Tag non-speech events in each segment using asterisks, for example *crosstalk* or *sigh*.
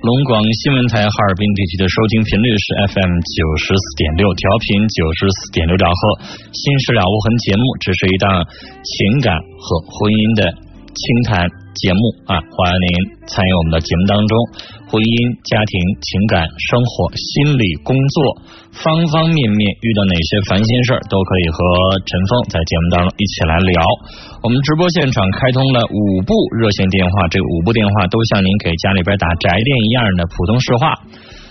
龙广新闻台哈尔滨地区的收听频率是 FM 九十四点六，调频九十四点六兆赫。《新事了无痕》节目，这是一档情感和婚姻的清谈节目啊！欢迎您参与我们的节目当中，婚姻、家庭、情感、生活、心理、工作方方面面，遇到哪些烦心事儿，都可以和陈峰在节目当中一起来聊。我们直播现场开通了五部热线电话，这五部电话都像您给家里边打宅电一样的普通市话，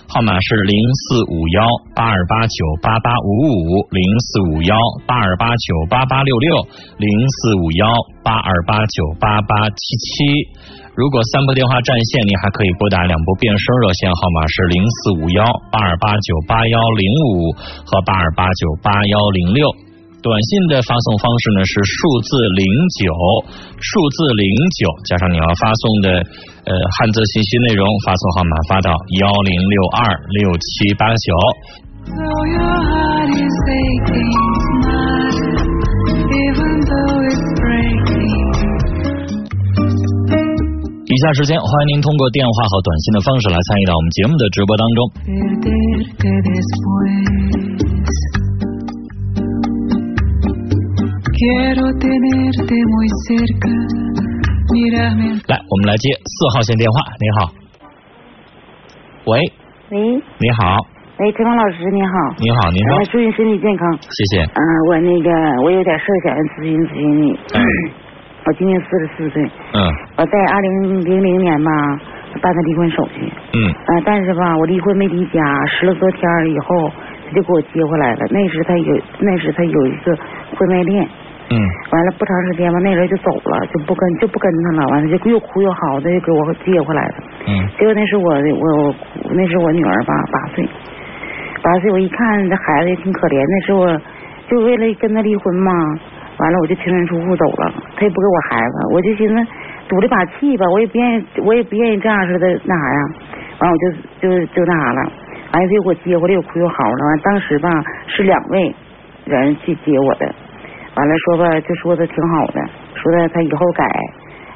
号码是零四五幺八二八九八八五五、零四五幺八二八九八八六六、零四五幺八二八九八八七七。如果三部电话占线，您还可以拨打两部变声热线，号码是零四五幺八二八九八幺零五和八二八九八幺零六。短信的发送方式呢是数字零九，数字零九加上你要发送的呃汉字信息内容，发送号码发到幺零六二六七八九。 Though your heart is aching, smile, even though it's breaking. 以下时间，欢迎您通过电话和短信的方式来参与到我们节目的直播当中。 Perderte después. Quiero tenerte muy cerca, mírame 来，我们来接四号线电话。你好，喂，喂你好，喂，陈芳老师你好，你好，您说呃，，祝你身体健康。谢谢。嗯、我那个我有点事儿想咨询咨询你。哎 *clears throat* 我今年四十四岁，嗯我在二零零零年吧办的离婚手续，嗯呃，但是吧我离婚没离家，十来多天儿以后他就给我接回来了。那时他有那时他有一个婚外恋，嗯完了不长时间吧那人就走了，就不跟就不跟他了，完了就又哭又嚎的又给我接回来了。嗯结果那时我我我那时我女儿吧八岁，八岁我一看这孩子也挺可怜，那时我就为了跟他离婚嘛，完了我就挺身出户走了，他也不给我孩子，我就寻思赌这把气吧，我也不愿意我也不愿意这样似的那啥呀，完了我就就就那啥了，完了他又给我接回来又哭又嚎了，完了当时吧是两位人去接我的，完了说吧就说的挺好的，说的他以后改，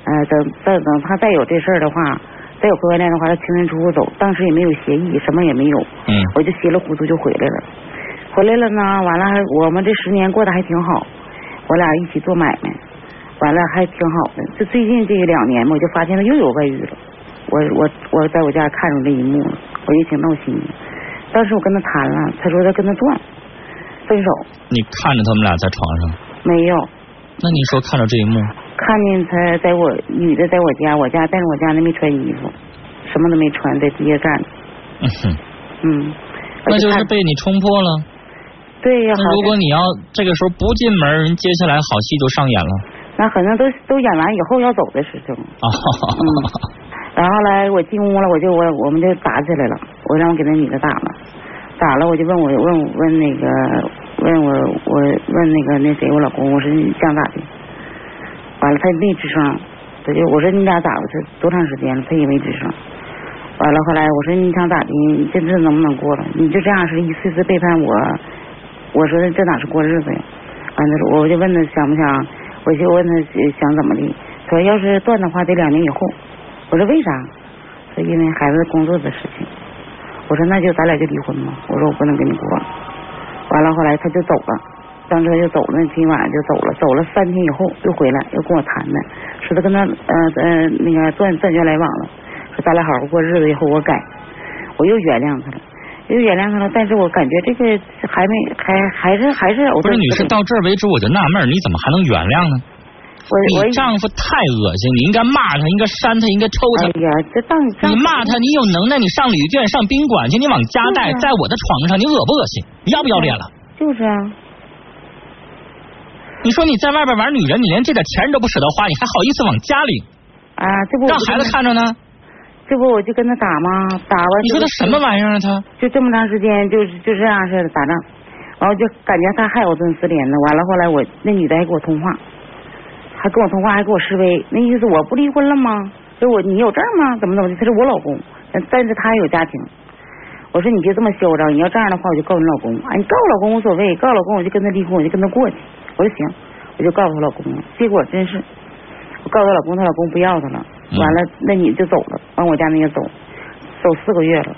呃等等等他再有这事儿的话。再有婚外恋的话，他清清楚楚走，当时也没有协议，什么也没有，嗯我就稀里糊涂就回来了。回来了呢，完了还我们这十年过得还挺好，我俩一起做买卖，完了还挺好的。就最近这两年嘛，我就发现他又有外遇了，我我我在我家看着这一幕了，我也挺闹心的。当时我跟他谈了，他说他跟他断，分手你看着他们俩在床上，没有，那你说看着这一幕，看见他在我女的在我家，我家但是我家那没穿衣服，什么都没穿，在地下站着，嗯哼，嗯。那就而且是看被你冲破了。对呀、好那如像果你要这个时候不进门，人接下来好戏就上演了那可能都都演完以后要走的事情。啊！*laughs* 嗯 *laughs* 然后来我进屋了，我就我我们就打起来了，我让我给那女的打了，打了我就问我问我问那个问我我问那个那谁我老公我说你想咋的？完了他没吱声，他就我说你俩咋回事？多长时间了？他也没吱声。完了后来我说你想咋的？你这这能不能过了？你就这样是一次次背叛我，我说这哪是过日子呀？完了我就问他想不想，我就问他想怎么的？他说要是断的话得两年以后。我说为啥？他说因为孩子工作的事情。我说那就咱俩就离婚吧。我说我不能跟你过了。完了后来他就走了，当时他就走了，那天晚上就走了，走了三天以后又回来又跟我谈呢，说他跟他呃呃那个断断绝来往了，说咱俩好好过日子以后我改，我又原谅他了。又原谅他了，但是我感觉这个还没还还是还是我不是女士，到这儿为止我就纳闷儿，你怎么还能原谅呢？我我你丈夫太恶心，你应该骂他，应该扇他，应该抽哎他。呀，这当你当骂他，你有能耐，你上旅店、上宾馆去，你往家带，对啊在我的床上，你恶不恶心？你要不要脸了？就是啊，你说你在外边玩女人，你连这点钱都不舍得花，你还好意思往家里啊，这不我让就孩跟子他看着呢？这不我就跟他打吗？打完你说就他什么玩意儿啊？他就这么长时间，就是就这样似的打仗，完我就感觉他害我顿失联呢。完了后来我那女的还给我通话，还跟我通话，还给我示威，那意思我不离婚了吗？说我你有证吗？怎么怎么的？他是我老公，但是他有家庭。我说你别这么嚣张，你要这样的话我就告你老公。哎，你告我老公无所谓，告我老公我就跟他离婚，我就跟他过去。我说行，我就告诉我老公了。结果真是，我告诉我老公，他老公不要他了。嗯完了，那女的就走了，完我家那也走，走走四个月了，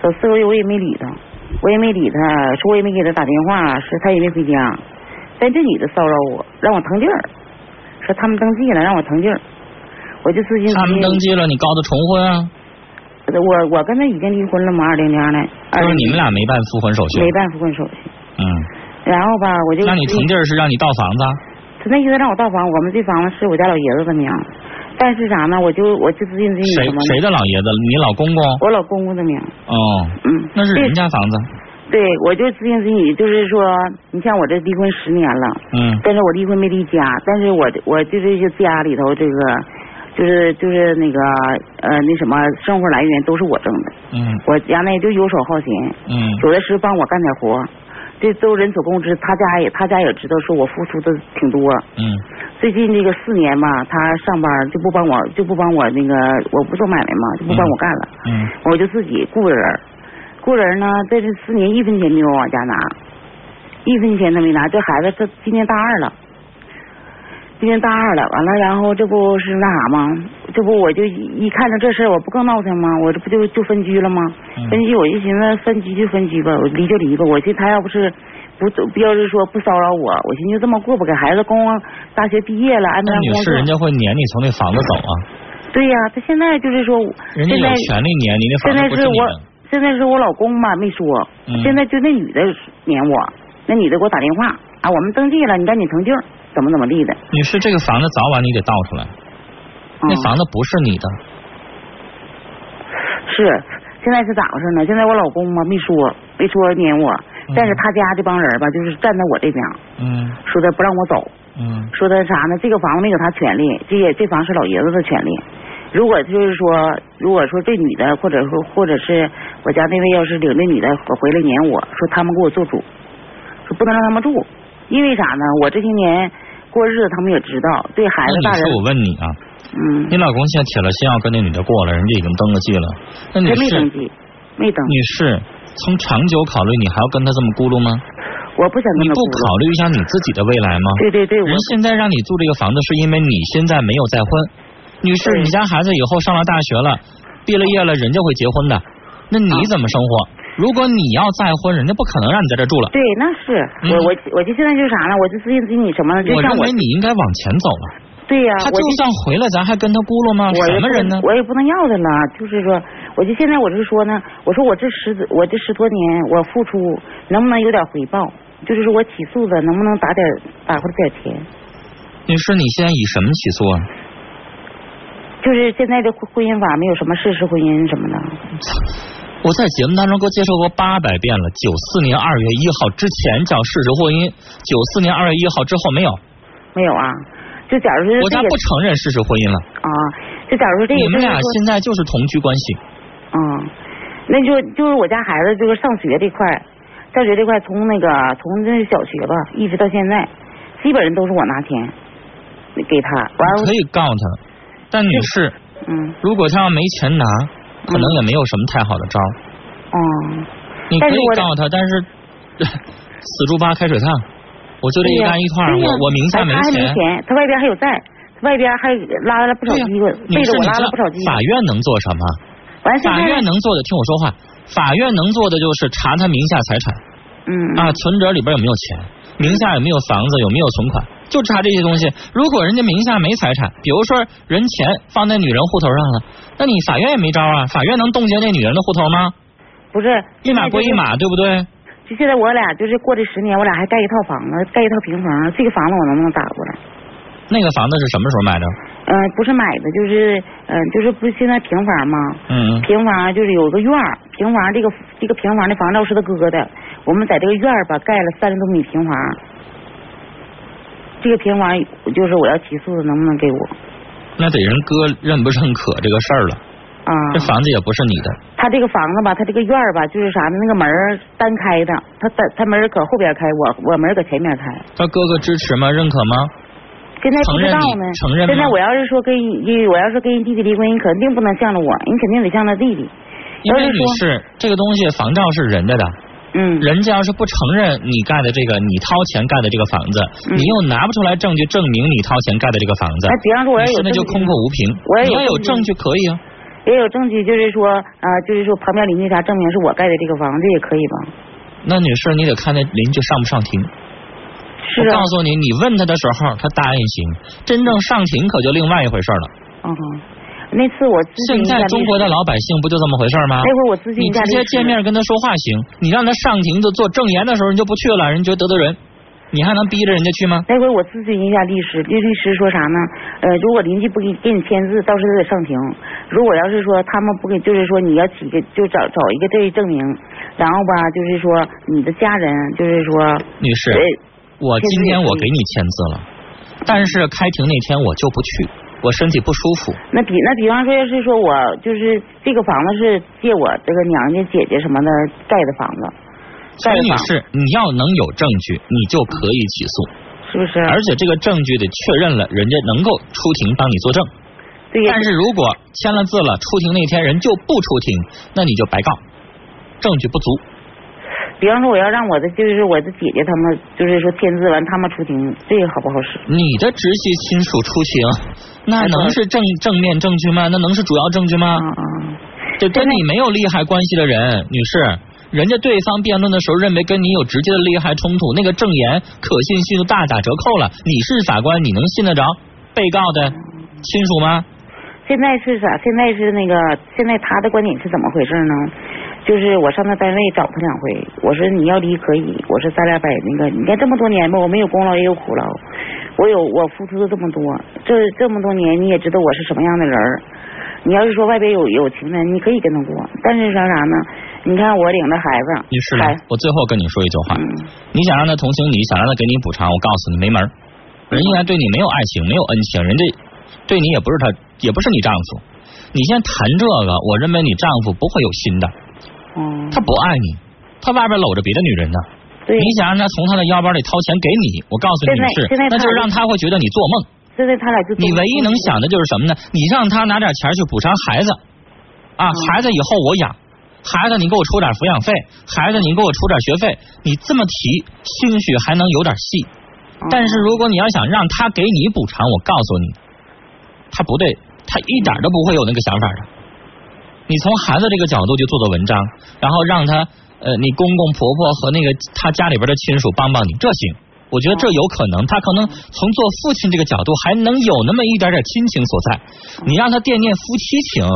走四个月我也没理他，我也没理他，说我也没给他打电话，说他也没回家。但这女的骚扰我，让我腾地儿，说他们登记了，让我腾地儿。我就自寻他其们力登记了，你告他重婚啊？我我跟他已经离婚了嘛，二零零二年，二就是零你们俩没办复婚手续。没办复婚手续。嗯，然后吧，我就嗯那你腾地儿是让你倒房子啊？他那意思让我到房，我们这房子是我家老爷子他娘，但是啥呢，我就我就自寻自谁力什么呢，谁的老爷子？你老公公？我老公公他娘，哦，嗯，那是对人家房子。对，我就自言自语，就是说，你像我这离婚十年了，嗯但是我离婚没离家，但是我我就是就家里头这个，就是就是那个呃那什么生活来源都是我挣的，嗯我家那就游手好闲，嗯有的时候帮我干点活儿，这都人所共知。他家也他家也知道，说我付出的挺多。嗯最近这个四年嘛，他上班就不帮我，就不帮我那个，我不做买卖嘛，就不帮我干了，嗯我就自己雇人儿。雇人儿呢，在这四年一分钱没有往家拿，一分钱都没拿。这孩子他今年大二了，今年大二了，完了，然后这不是那啥吗？这不我就一一看着这事儿，我不更闹腾吗？我这不就就分居了吗？嗯分居我就寻思分居就分居吧，我离就离吧。我寻思他要不是不不要是说不骚扰我，我寻思就这么过吧，给孩子供大学毕业了，安那排上女工士，人作。家会撵你从那房子走啊？对呀、他现在就是说，人家现在有权利撵你，那 *laughs* 现房在子不是你我的。现在是我老公嘛没说，嗯现在就那女的撵我，那女的给我打电话啊，我们登记了，你赶紧腾地儿，怎么怎么地的。女士，这个房子早晚你得倒出来，嗯、那房子不是你的。是，现在是咋回事呢？现在我老公嘛没说，没说撵我，但是嗯他家这帮人吧，就是站在我这边，嗯说的不让我走，嗯说的啥呢？这个房子没有他权利，这也这房是老爷子的权利。如果就是说，如果说这女的，或者说或者是我家那位，要是领着女的回来撵我说他们给我做主，说不能让他们住，因为啥呢？我这些年过日子，他们也知道，对孩子那大女士人，，我问你啊，嗯你，老公现在铁了心要跟那女的过了，人家已经登了记了。那女这没士，登记，没登，女士，从长久考虑，你还要跟他这么咕噜吗？我不想你跟他不过了考虑一下你自己的未来吗？对对对，我人现在让你住这个房子，是因为你现在没有再婚。女士，你对家孩子以后上了大学了，毕了业了，人家会结婚的，那啊你怎么生活？如果你要再婚，人家不可能让你在这住了。对，那是嗯我我我就现在就是啥呢？我就自信自己什么呢？就我像认我为你应该往前走了。对呀、他我就就算回来，咱还跟他咕噜吗？我啊也什不么人呢？我也不能要他了，就是说，我就现在我是说呢，我说我这十我这十多年我付出能不能有点回报？就是说我起诉的能不能打点打回点钱？女士，你现在以什么起诉啊？就是现在的婚婚姻法没有什么事实婚姻什么的，我在节目当中都介绍过八百遍了。九四年二月一号之前叫事实婚姻，九四年二月一号之后没有，没有啊？就假如说国这家个不承认事实婚姻了。啊，就假如说这个你们就是俩说现在就是同居关系，嗯，那就就是我家孩子就是上学这块儿，上学这块儿从那个从那小学吧一直到现在，基本上都是我拿钱给他，完了可以告他。但女士，嗯如果他要没钱拿，可能也没有什么太好的招儿。哦、你可嗯但是以我告他，但是 *laughs* 死猪扒开水烫，我就这对一呀干一块儿，对呀我我名下哎他还没钱。钱，他外边还有债，他外边还拉了不少对呀鸡巴，女背士，着我你拉知了道不少鸡巴法。院能做什么？完现法在院能做的，听我说话。法院能做的就是查他名下财产嗯啊，存折里边有没有钱，名下有没有房子，有没有存款，就查这些东西。如果人家名下没财产，比如说人钱放在女人户头上了，那你法院也没招啊。法院能冻结那女人的户头吗？不是一码归一。码，对不对？就现在我俩就是过这十年，我俩还盖一套房子，盖一套平房，这个房子我能不能打过来？那个房子是什么时候买的？嗯、不是买的，就是嗯、就是不是现在平房吗？嗯平房就是有个院儿，平房这个这个平房的房照是他哥的，我们在这个院儿吧盖了三十多米平房，这个平房就是我要起诉的，能不能给我那得人哥认不认可这个事儿了。啊？这房子也不是你的，他这个房子吧，他这个院儿吧，就是啥呢？那个门儿单开的，他单他门儿搁后边开，我我门儿搁前面开。他哥哥支持吗？认可吗？现在不知承道呢，认你承认吗现在我要是说跟你，我要是跟你弟弟离婚，你肯定不能向着我，你肯定得向着弟弟。因为要是你说是这个东西，房照是人家的，嗯，人家要是不承认你盖的这个，你掏钱盖的这个房子，嗯哎你又拿不出来证据证明你掏钱盖的这个房子那，比方说我要你有是那就证据空口无凭我。也你要有有证证据据可以啊，也有证据，就是说啊、就是说旁边邻居啥证明是我盖的这个房子也可以吧？那女士，你得看那邻居上不上庭。是我啊告，诉你，你问他的时候，他答应行；真正上庭可就另外一回事儿了。嗯，那次我咨现询一下在律中国的师老百姓不就这么回事儿吗？那会儿我咨询你一下直接律师见面跟他说话行，你让他上庭就做证言的时候，你就不去了，人觉得得罪人，你还能逼着人家去吗？那回我咨询一下律师，律律师说啥呢？呃，如果邻居不给给你签字，到时候得上庭。如果要是说他们不给，就是说你要起个就找找一个这证明，然后吧，就是说你的家人，就是说，呃女士，对，我今天我给确实也可以你签字了，但是开庭那天我就不去，我身体不舒服。那比那比方说，要是说我就是这个房子是借我这个娘家姐姐什么的盖的房子，所盖以的女房子士，你要能有证据，你就可以起诉，是不是？而且这个证据得确认了，人家能够出庭帮你作证。对呀但，是如果签了字了，出庭那天人就不出庭，那你就白告，证据不足。比方说我要让我的就是我的姐姐他们就是说签字完他们出庭，这个好不好使？你的直系亲属出庭，那哎能对是正正面证据吗？那能是主要证据吗啊？啊、嗯这跟现在你没有利害关系的人，女士，人家对方辩论的时候认为跟你有直接的利害冲突，那个证言可信性就大打折扣了。你是法官，你能信得着被告的亲属吗？现在是啥？现在是那个，现在他的观点是怎么回事呢？就是我上他单位找他两回，我说你要离可以，我说咱俩把那个，你看这么多年吧，我没有功劳也有苦劳，我有我付出的这么多，这这么多年你也知道我是什么样的人儿。你要是说外边有有情人，你可以跟他过，但是啥啥呢？你看我领着孩子，女士孩，我最后跟你说一句话，嗯，你想让他同情你，想让他给你补偿，我告诉你没门儿。人家对你没有爱情，没有恩情，人家对你也不是他，也不是你丈夫。你先谈这个，我认为你丈夫不会有心的，嗯，他不爱你，他外边搂着别的女人呢。对，你想让他从他的腰包里掏钱给你，我告诉你现在女士现在，那他就是让他会觉得你做梦。现在他俩就你唯一能想的就是什么呢？你让他拿点钱去补偿孩子，啊，嗯孩子以后我养，孩子你给我出点抚养费，孩子你给我出点学费，你这么提，兴许还能有点戏。嗯，但是如果你要想让他给你补偿，我告诉你，他不对，他一点都不会有那个想法的。你从孩子这个角度去做做文章，然后让他呃，你公公婆婆和那个他家里边的亲属帮帮你，这行。我觉得这有可能，他可能从做父亲这个角度还能有那么一点点亲情所在。你让他惦念夫妻情，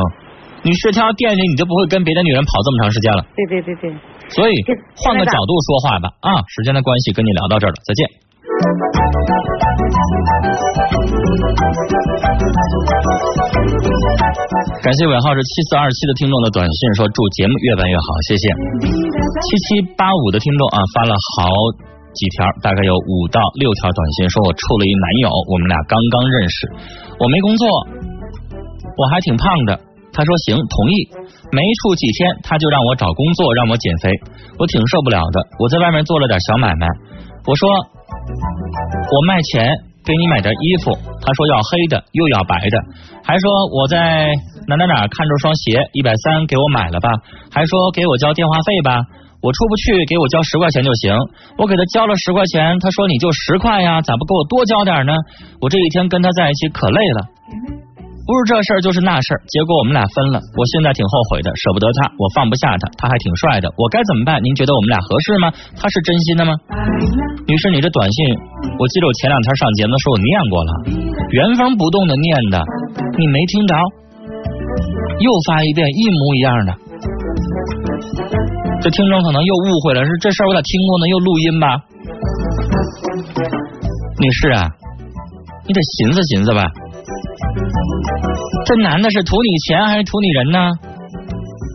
女士，他要惦记你就不会跟别的女人跑这么长时间了。对对对对。所以现换个现在角度说话吧啊！时间的关系，跟你聊到这儿了，再见。感谢尾号是七四二七的听众的短信说祝节目越办越好，谢谢。七七八五的听众啊发了好几条，大概有五到六条短信，说我处了一男友，我们俩刚刚认识，我没工作，我还挺胖的。他说行，同意。没处几天，他就让我找工作，让我减肥，我挺受不了的。我在外面做了点小买卖，我说我卖钱给你买点衣服，他说要黑的又要白的，还说我在哪哪哪看着双鞋一百三给我买了吧，还说给我交电话费吧。我出不去，给我交十块钱就行。我给他交了十块钱，他说你就十块呀，咋不给我多交点呢？我这一天跟他在一起可累了。不是这事儿就是那事儿，结果我们俩分了。我现在挺后悔的，舍不得他，我放不下他，他还挺帅的，我该怎么办？您觉得我们俩合适吗？他是真心的吗？女士，你这短信，我记得我前两天上节目的时候我念过了，原封不动的念的，你没听着？又发一遍一模一样的，这听众可能又误会了，是这事儿我咋听过呢？又录音吧？女士啊，你得寻思寻思吧。这男的是图你钱还是图你人呢？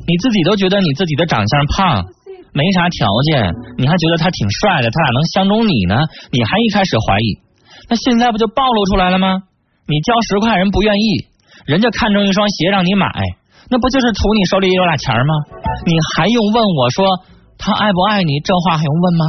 你自己都觉得你自己的长相胖，没啥条件，你还觉得他挺帅的，他俩能相中你呢？你还一开始怀疑，那现在不就暴露出来了吗？你交十块人不愿意，人家看中一双鞋让你买，那不就是图你手里有俩钱儿吗？你还用问我说他爱不爱你？这话还用问吗？